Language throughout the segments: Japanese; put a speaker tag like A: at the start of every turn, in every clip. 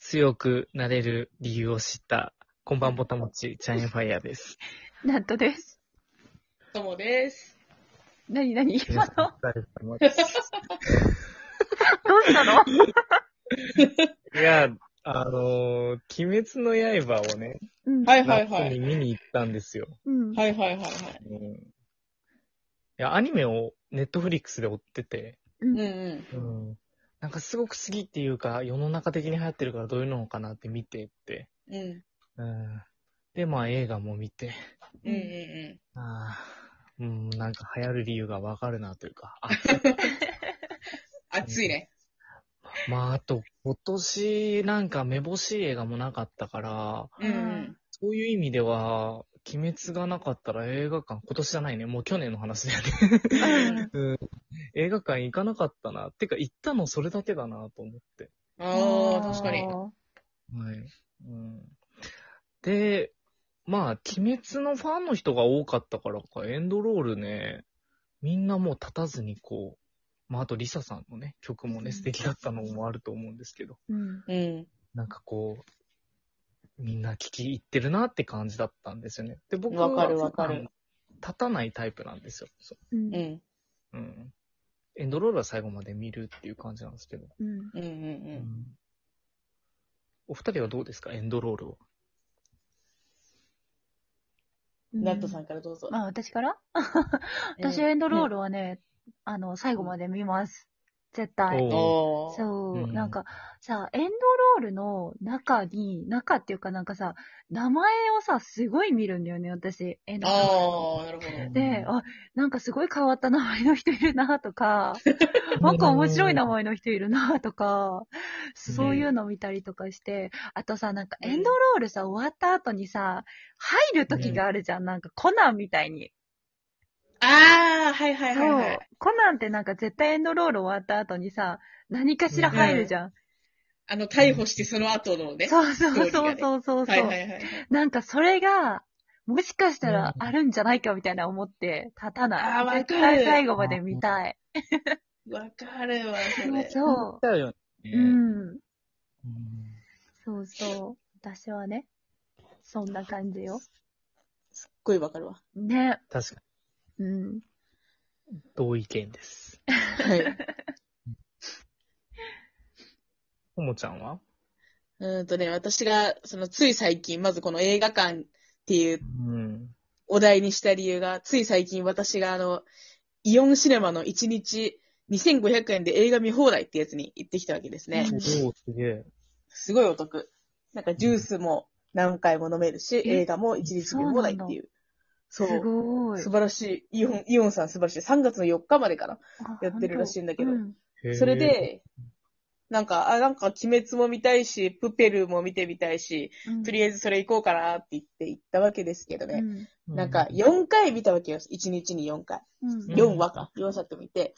A: 強くなれる理由を知った、こんばんぼたもち、チャインファイヤー です。
B: なんとです。
C: ともです。
B: なになに
A: 皆
B: 今
A: さん
B: の
A: お疲れ様です
B: どうしたの
A: いや、あのー鬼滅の刃をね、
B: うん。。
C: はいいはいは
A: 夏に
C: い。
A: 見に行ったんですよ。
B: うん。
C: はいはいはいは
A: うんいや、アニメをネットフリックスで追ってて、
B: う
C: い。うん
B: ん。
C: う
A: うんなんかすごく好きっていうか、世の中的に流行ってるからどういうのかなって見てって。
C: ん。うん。
A: うんで、まあ映画も見て、
C: うんう
A: あーうん、なんか流行る理由がわかるなというか、あ
C: ん。暑いね。
A: まあ、あと、今年なんかめぼしい映画もなかったから、
C: うんうん。
A: そういう意味では、鬼滅がなかったら映画館、今年じゃないね、もう去年の話だよね。
B: うん。
A: うん、映画館行かなかったな。てか、行ったのそれだけだなと思って。
C: ああ、確かに。
A: はい。うん、で、まあ、鬼滅のファンの人が多かったからか、エンドロールね、みんなもう立たずにこう、まあ、あと、リサさんのね、曲もね、素敵だったのもあると思うんですけど、
B: うん。。
C: うん。
A: なんかこう、みんな聞き入ってるなって感じだったんですよね。で、僕は
C: わかるわかる
A: 立たないタイプなんですよ。そう
C: うんん。
A: ううん。エンドロールは最後まで見るっていう感じなんですけど。
B: うん。
C: うんうんうん。
A: お二人はどうですかエンドロールを。
B: うん。
C: ナットさんからどうぞ。
B: まあ私から私エンドロールはね、あの、最後まで見ます。絶対。
A: お
C: おー。
B: そう、
A: うん
B: なんかさ、エンドロールの中に、中っていうかなんかさ、名前をさ、すごい見るんだよね、私。エンドロールの。
C: ああ、なるほど。
B: で、あ、なんかすごい変わった名前の人いるなとか、 なんか面白い名前の人いるなとか、そういうの見たりとかして、あとさ、なんかエンドロールさ、終わった後にさ、入る時があるじゃん、なんかコナンみたいに。
C: ああ、はいはい
B: そ
C: はいは
B: う
C: い。。
B: コナンってなんか絶対エンドロール終わった後にさ、何かしら入るじゃん。
C: あの、逮捕してその後のね。
B: そうそう
C: ストー
B: そ
C: リ
B: う
C: ーがね
B: そうそう。
C: はい
B: そ
C: は
B: う
C: いはい。
B: なんかそれが、もしかしたら
A: うん
B: あるんじゃないかみたいな思って、立たない。
C: あーわかる
B: 絶対最後まで見たい。
C: わかるわ、それ。
B: そ
A: だよね。
B: う。うん。
A: うん
B: そうそう。私はね、そんな感じよ。
C: すっごいわかるわ。
B: ね。
A: 確か
B: うん。
A: に、同意見です。
C: はい。
A: ともちゃんは
C: うーんとね、私が、その、つい最近、まずこの映画館っていう
A: うん。
C: お題にした理由が、つい最近私があの、イオンシネマの1日2500円で映画見放題ってやつに行ってきたわけですね。
A: おー、すげえ。
C: すごいお得。なんかジュースも何回も飲めるし、
B: え
C: 映画も1日見放題っていう。そ
B: す
C: う。
B: ごい。
C: 素晴らしい。イオン、イオンさん素晴らしい。3月の4日までかな。
B: あ
C: やってるらしいんだけど
B: ほと
A: へー
C: それ、で、なんか、あ、なんか鬼滅も見たいし、プペルも見てみたいし、
B: うん、
C: とりあえずそれ行こうかなって言って行ったわけですけどね。
B: ね。
C: なんか、4回見たわけよ。1日に4回。
B: うん。
A: よ
C: 4話か、4作もいて、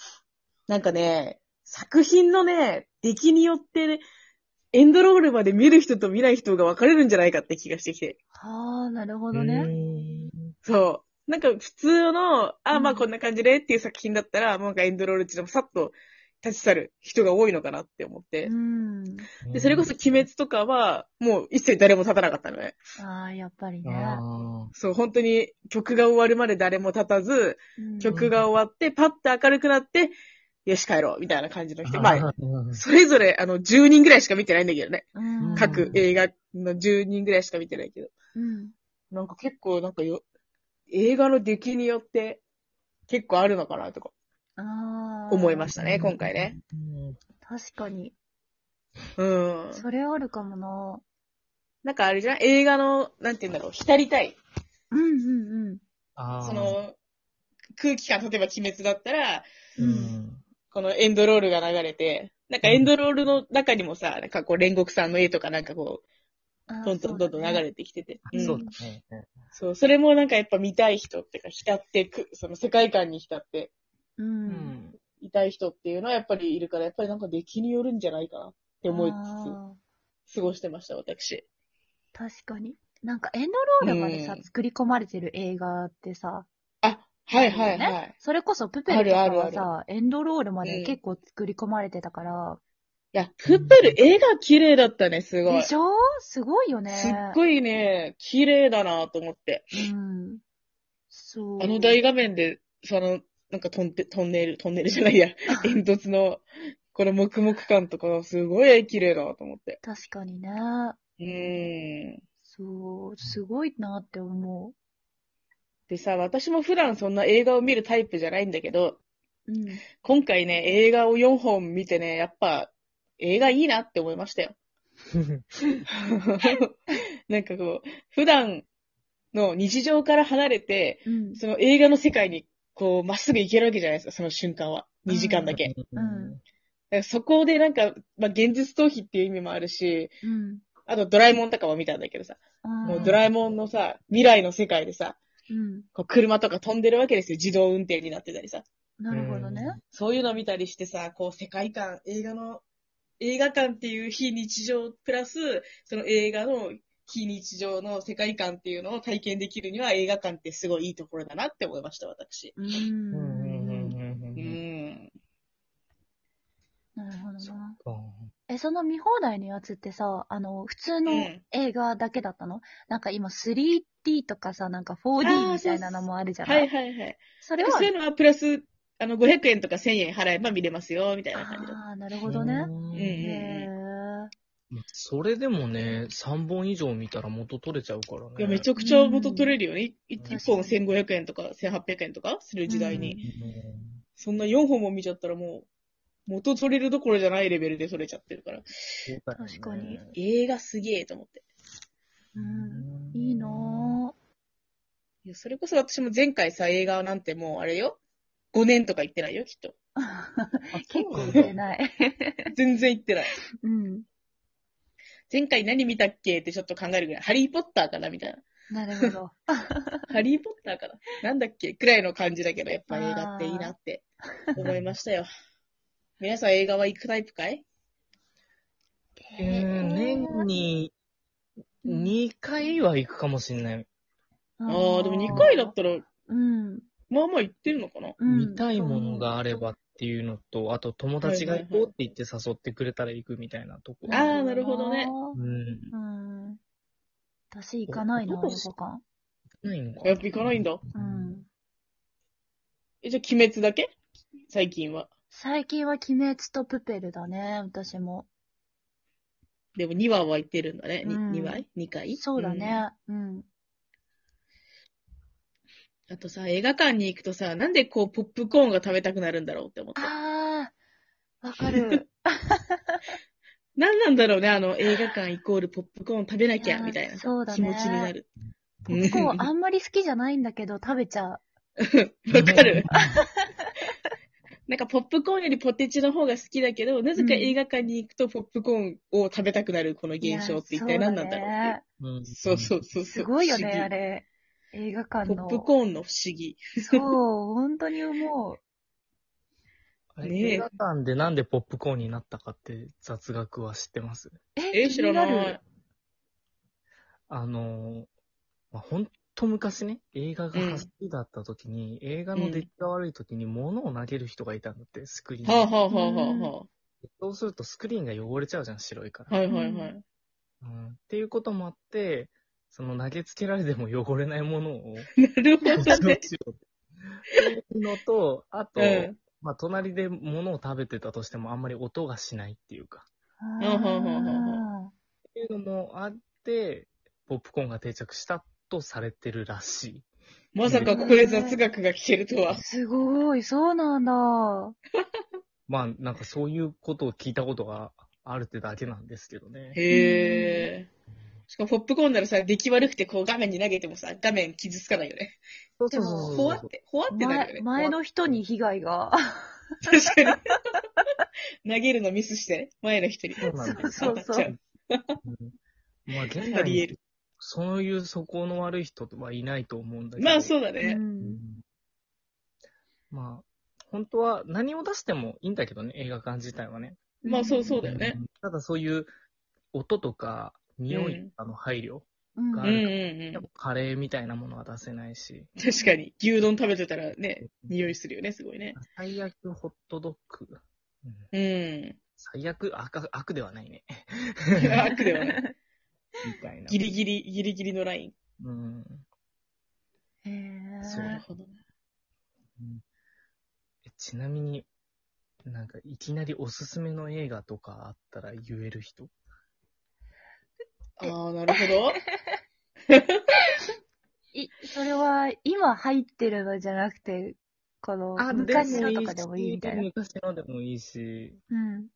C: なんかね、作品のね、出来によってね、エンドロールまで見る人と見ない人が分かれるんじゃないかって気がしてきて。
B: はあ、なるほ
A: う
B: ど
A: ん、
B: ね。
C: そう。なんか普通の、あ、ま
B: う
C: あ
B: ん
C: こんな感じでっていう作品だったら、なんかエンドロールっていうのもさっと立ち去る人が多いのかなって思って
B: う。ん。
C: で、それこそ鬼滅とかは、もう一切誰も立たなかったのね。
B: ああ、やっぱりね。
A: あ
C: そう、本当に曲が終わるまで誰も立たず、
B: うん
C: 曲が終わって、パッと明るくなって、よし帰ろう、みたいな感じの
A: ー
C: 人。ま あ、それぞれ、あの、10人ぐらいしか見てないんだけどね。
B: うん
C: 各映画の10人ぐらいしか見てないけど。
B: うん。
C: なんか結構、なんかよ、映画の出来によって、結構あるのかなとか
B: ああ。
C: 思いま
B: し
C: したね、今回ね。
A: うん
B: た。確かに。
C: うん。
B: それあるかもな。
C: なんかあれじゃん映画の、なんて言うんだろう、浸りたい。
B: うんうんうん。
A: あー
C: そ、の、空気感、例えば鬼滅だったら、
A: う
B: うん
A: ん。
C: このエンドロールが流れて、なんかエンドロールの中にもさ、なんかこう煉獄さんの絵とかなんかこ
B: あー
C: う、どんどんどんどん流。れてきてて。
B: うん
A: そうだね。
C: そう、それもなんかやっぱ見たい人っていうか、浸ってく、その世界観に浸って
B: そうだね
A: うん
B: う。
A: ん。
C: いたい人っていうのはやっぱりいるから、やっぱりなんか出来によるんじゃないかなって思い
B: あー
C: つつ過ごしてました、私。
B: 確かに。なんかエンドロールまでさ、
C: うん
B: 作り込まれてる映画ってさ、
C: あ、はいはいはい。
B: ねそれこそプペルとか
C: あるあ
B: は
C: る
B: さ、エンドロールま
C: う
B: で
C: ん
B: 結構作り込まれてたから、
C: や、プッペル絵が綺麗だったね、すごい。
B: でしょすごいよね。
C: すっごいね、綺麗だなと思って。
B: うん。そう。
C: あの大画面で、その、なんかトンテ、トンネル、トンネルじゃな いや、煙突の、この黙々感とかがすごい絵綺麗だなと思って。
B: 確かにね。
C: うーん。
B: そう、すごいなって思
C: でさ、私も普段そんな映画を見るタイプじゃないんだけど、
B: う。うん。
C: 今回ね、映画を4本見てね、やっぱ、映画いいなって思いましたよ。 なんかこう、普段の日常から離れて、
B: うん。
C: その映画の世界に、こう、まっすぐ行けるわけじゃないですか、その瞬間は。2時間だけ。
B: ん
C: だからそこでなんか、まあ、現実逃避っていう意味もあるし、
B: うん。
C: あとドラえもんとかも見たんだけどさ、もうドラえもんのさ、未来の世界でさ、
B: うん。
C: こう車とか飛んでるわけですよ、自動運転になってたりさ。
B: なるほどね。
C: そういうの見たりしてさ、こう世界観、映画の、映画館っていう非日常プラス、その映画の非日常の世界観っていうのを体験できるには映画館ってすごいいいところだなって思いました、私。
B: う。
A: うんんうんうん
C: う
A: うんうん
C: ん。
B: なるほどな。
A: うん
B: え、その見放題のやつってさ、あの、普通の
C: うん
B: 映画だけだったの、なんか今 3D とかさ、なんか 4D みたいなのもあるじゃない
C: はいはいはい。
B: そ
C: で
B: れ
C: も
B: は、
C: そういうのはプラス、あの、500円とか1000円払えば見れますよ、みたいな感じだ。
B: ああ、なるほどね。
C: うん
B: へ
A: それでもね、3本以上見たら元取れちゃうからね。
C: いや、めち
A: ゃ
C: ゃくちゃ元取れるよね。い
A: うん
C: 1本1500円とか1800円とかする時代に。
B: うん
C: そんな4本も見ちゃったらもう、元取れるどころじゃないレベルで取れちゃってるから。
B: 確かに
C: 映画すげえと思って。
B: え。うん。いいなぁ。
C: いや、それこそ私も前回さ、映画なんてもうあれよ。5年とか行ってないよ、きっと。
B: 結構見てない。
C: 全然行ってない。
B: うん。
C: 前回何見たっけってちょっと考えるぐらい。ハリーポッターかなみたいな。
B: なるほ ど。
C: ハリーポッターかななんだっけくらいの感じだけど、やっぱ映画っていいなって思いましたよ。皆さん映画は行くタイプかい
A: うん、年に2回は行くかもしれない。
B: あ
C: ああ、でも2回だったら、
B: うん。
C: まあまあ行ってるのかな
B: うん
A: 見たいものがあればっていうのと、あと友達が行こうって言って誘ってくれたら行くみたいなとこ。
C: あーなるほどね。
A: うん。
B: うん。私行かないな、映
A: お
B: 画
A: お
B: 館。
A: ないのか。
C: やっぱ行かないんだ。
B: うん。
C: え、じゃあ鬼滅だけ最近は。
B: 最近は鬼滅とプペルだね、私も。
C: でも2話は行ってるんだね。に
B: うん
C: 2話 ?2 回
B: そうだ。ね。うん。
C: うんあとさ、映画館に行くとさ、なんでこう、ポップコーンが食べたくなるんだろうって思った。
B: ああ、わか る。
C: なんなんだろうね、あの、映画館イコールポップコーン食べなき
B: い
C: ゃ、
B: やー
C: みたいなさ
B: そうだね
C: 気持ちになる。
B: ポップコーンあんまり好きじゃないんだけど食べちゃう。
C: わかる なんかポップコーンよりポテチの方が好きだけど、なぜか映画館に行くとポップコーンを食べたくなる、この現象って一体何なんだろう
B: い
C: っ
B: や
C: ていう
B: ー
A: うん。
C: そうそうそうそ。
B: そううだねすごいよ
C: 不思
B: ね、
C: 議
B: あれ。映画館
C: ポ
B: の。
C: ップコーンの不思議。
B: そう、本当に思う。
A: あれ
C: ねえ
A: 映画館でなんでポップコーンになったかって雑学は知ってます
B: え
C: え、知らな。
B: 気に
C: い
B: る。
A: あのー、まあ、ほんと昔ね、映画が走りだった時に、映画の出来が悪い時に物を投げる人がいたんだって、スクリーンに。
C: はあ、はあはあはあは
A: そうするとスクリーンが汚れちゃうじゃん、白いから
C: あ。。はいはいはい。
A: うんっていうこともあって、その投げつけられても汚れないものを
C: なるほ
A: 保
C: ど
A: 存
C: ね。
A: しようっていうのと、あと、
C: うん
A: まあ、隣で物を食べてたとしてもあんまり音がしないっていうか、
B: あ
C: うんうんうんうん
B: ー
A: っていうのもあって、ポップコーンが定着したとされてるらし
C: まさかここで雑学が聞けるとは。
B: すごい、そうなんだ。
A: い。まあ、なんかそういうことを聞いたことがあるってだけなんですけどね。
C: へえ。しかもポップコーンならさ、出来悪くてこう画面に投げてもさ、画面傷つかないよね。
A: そう
B: でも
C: ほわって、ほわってなるよ
B: 前
C: ね。
B: 前の人に被害が。
C: 確かに。 投げるのミスしてね。前の人に。
A: そうなんです
B: そうそう
C: 当
A: うんまあ、現
C: たっちゃうあ
A: 代
C: り
A: に
C: 得る。
A: そういう素行の悪い人はいないと思うんだけど。
C: まあそうだ
B: う
C: ね。
B: ん
A: まあ、本当は何を出してもいいんだけどね、映画館自体はね。
C: まあそうそうだよね。
A: ただそういう音とか匂
C: う
A: い
C: ん
A: あの配慮、
B: うん
A: が
C: うんうん
A: やっ
C: うん。
A: ぱカレーみたいなものは出せないし、
C: 確かに。牛丼食べてたらね、匂いするよね、すごいね。
A: 最悪ホットドッグ、うん
C: うん。
A: 最悪、悪、悪ではないね。
C: 悪ではない。
A: みたいな。
C: ギリギリ、ギリギリのライン。
A: うん。
B: へえ。
A: そう
C: なるほどね。
A: えちなみに、なんか、いきなりおすすめの映画とかあったら言える人
C: ああ、なるほど。
B: い、それは、今入ってるのじゃなくて、この、昔のとかでもいいみたいな。
A: 昔のでもいいし、
B: うん。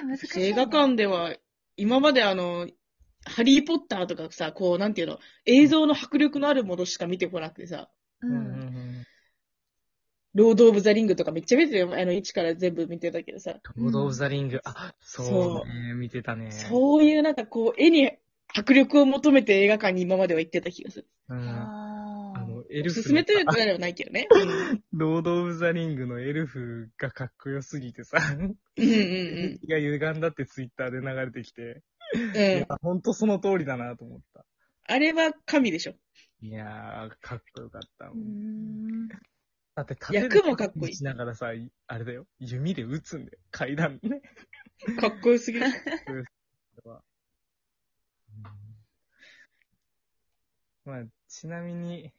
B: えー、難しい、
C: 映画館では、今まであの、ハリーポッターとかさ、こう、なんていうの、映像の迫力のあるものしか見てこなくてさ、
B: う
A: うんうん
B: ん。
A: うん
C: ロード・オブ・ザ・リングとかめっちゃ見てるよ。あの、一から全部見てたけどさ、
A: ロード・オブ・ザ・リング。あ、そ
C: そう
A: ね。見てたね。
C: そういうなんかこう、絵に迫力を求めて映画館に今までは行ってた気がする。
A: うん。あ
B: ああ。
A: の、エルフ。
C: 勧めてるとかではないけどね。
A: ロード・オブ・ザ・リングのエルフがかっこよすぎてさ、
C: うんうん
A: 気が歪んだってツイッターで流れてきて、
C: うん。うん。
A: ほんとその通りだなと思った。
C: あれは神でしょ。
A: いやー、かっこよかった。
B: うーん。
A: だって、
C: 役もかっこいい
A: しながらさ、あれだよ、弓で撃つんだよ。階段ね。
C: かっこよす ぎる。
A: まあ、ちなみに、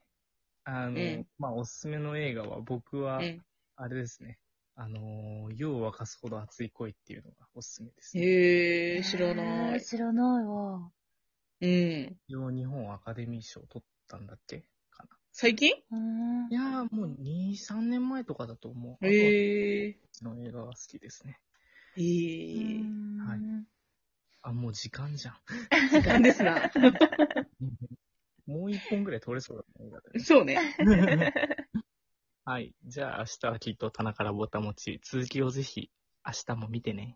A: あの、
C: うん
A: まあ、おすすめの映画は、僕は
C: う、ん。
A: あれですね。あのー、夜を沸かすほど熱い恋っていうのがおすすめです、ね。
C: へえ、知らな
B: えー
C: い。
B: 知らないわ。
C: うん。
A: 一応日本アカデミー賞取ったんだっけか
C: 最近
B: うー
A: な。
B: ん
A: い。やー、もう2、3年前とかだと思う。
C: へえ。
A: の映画が好きですね。
C: え
B: う
C: え。
B: ーん
A: はいあ、もう時間じゃん。
C: 時間ですな。
A: もう一本ぐらい取れそうだね、映画でね。
C: そうね。
A: はい。じゃあ明日はきっと棚からぼたもち。続きをぜひ明日も見てね。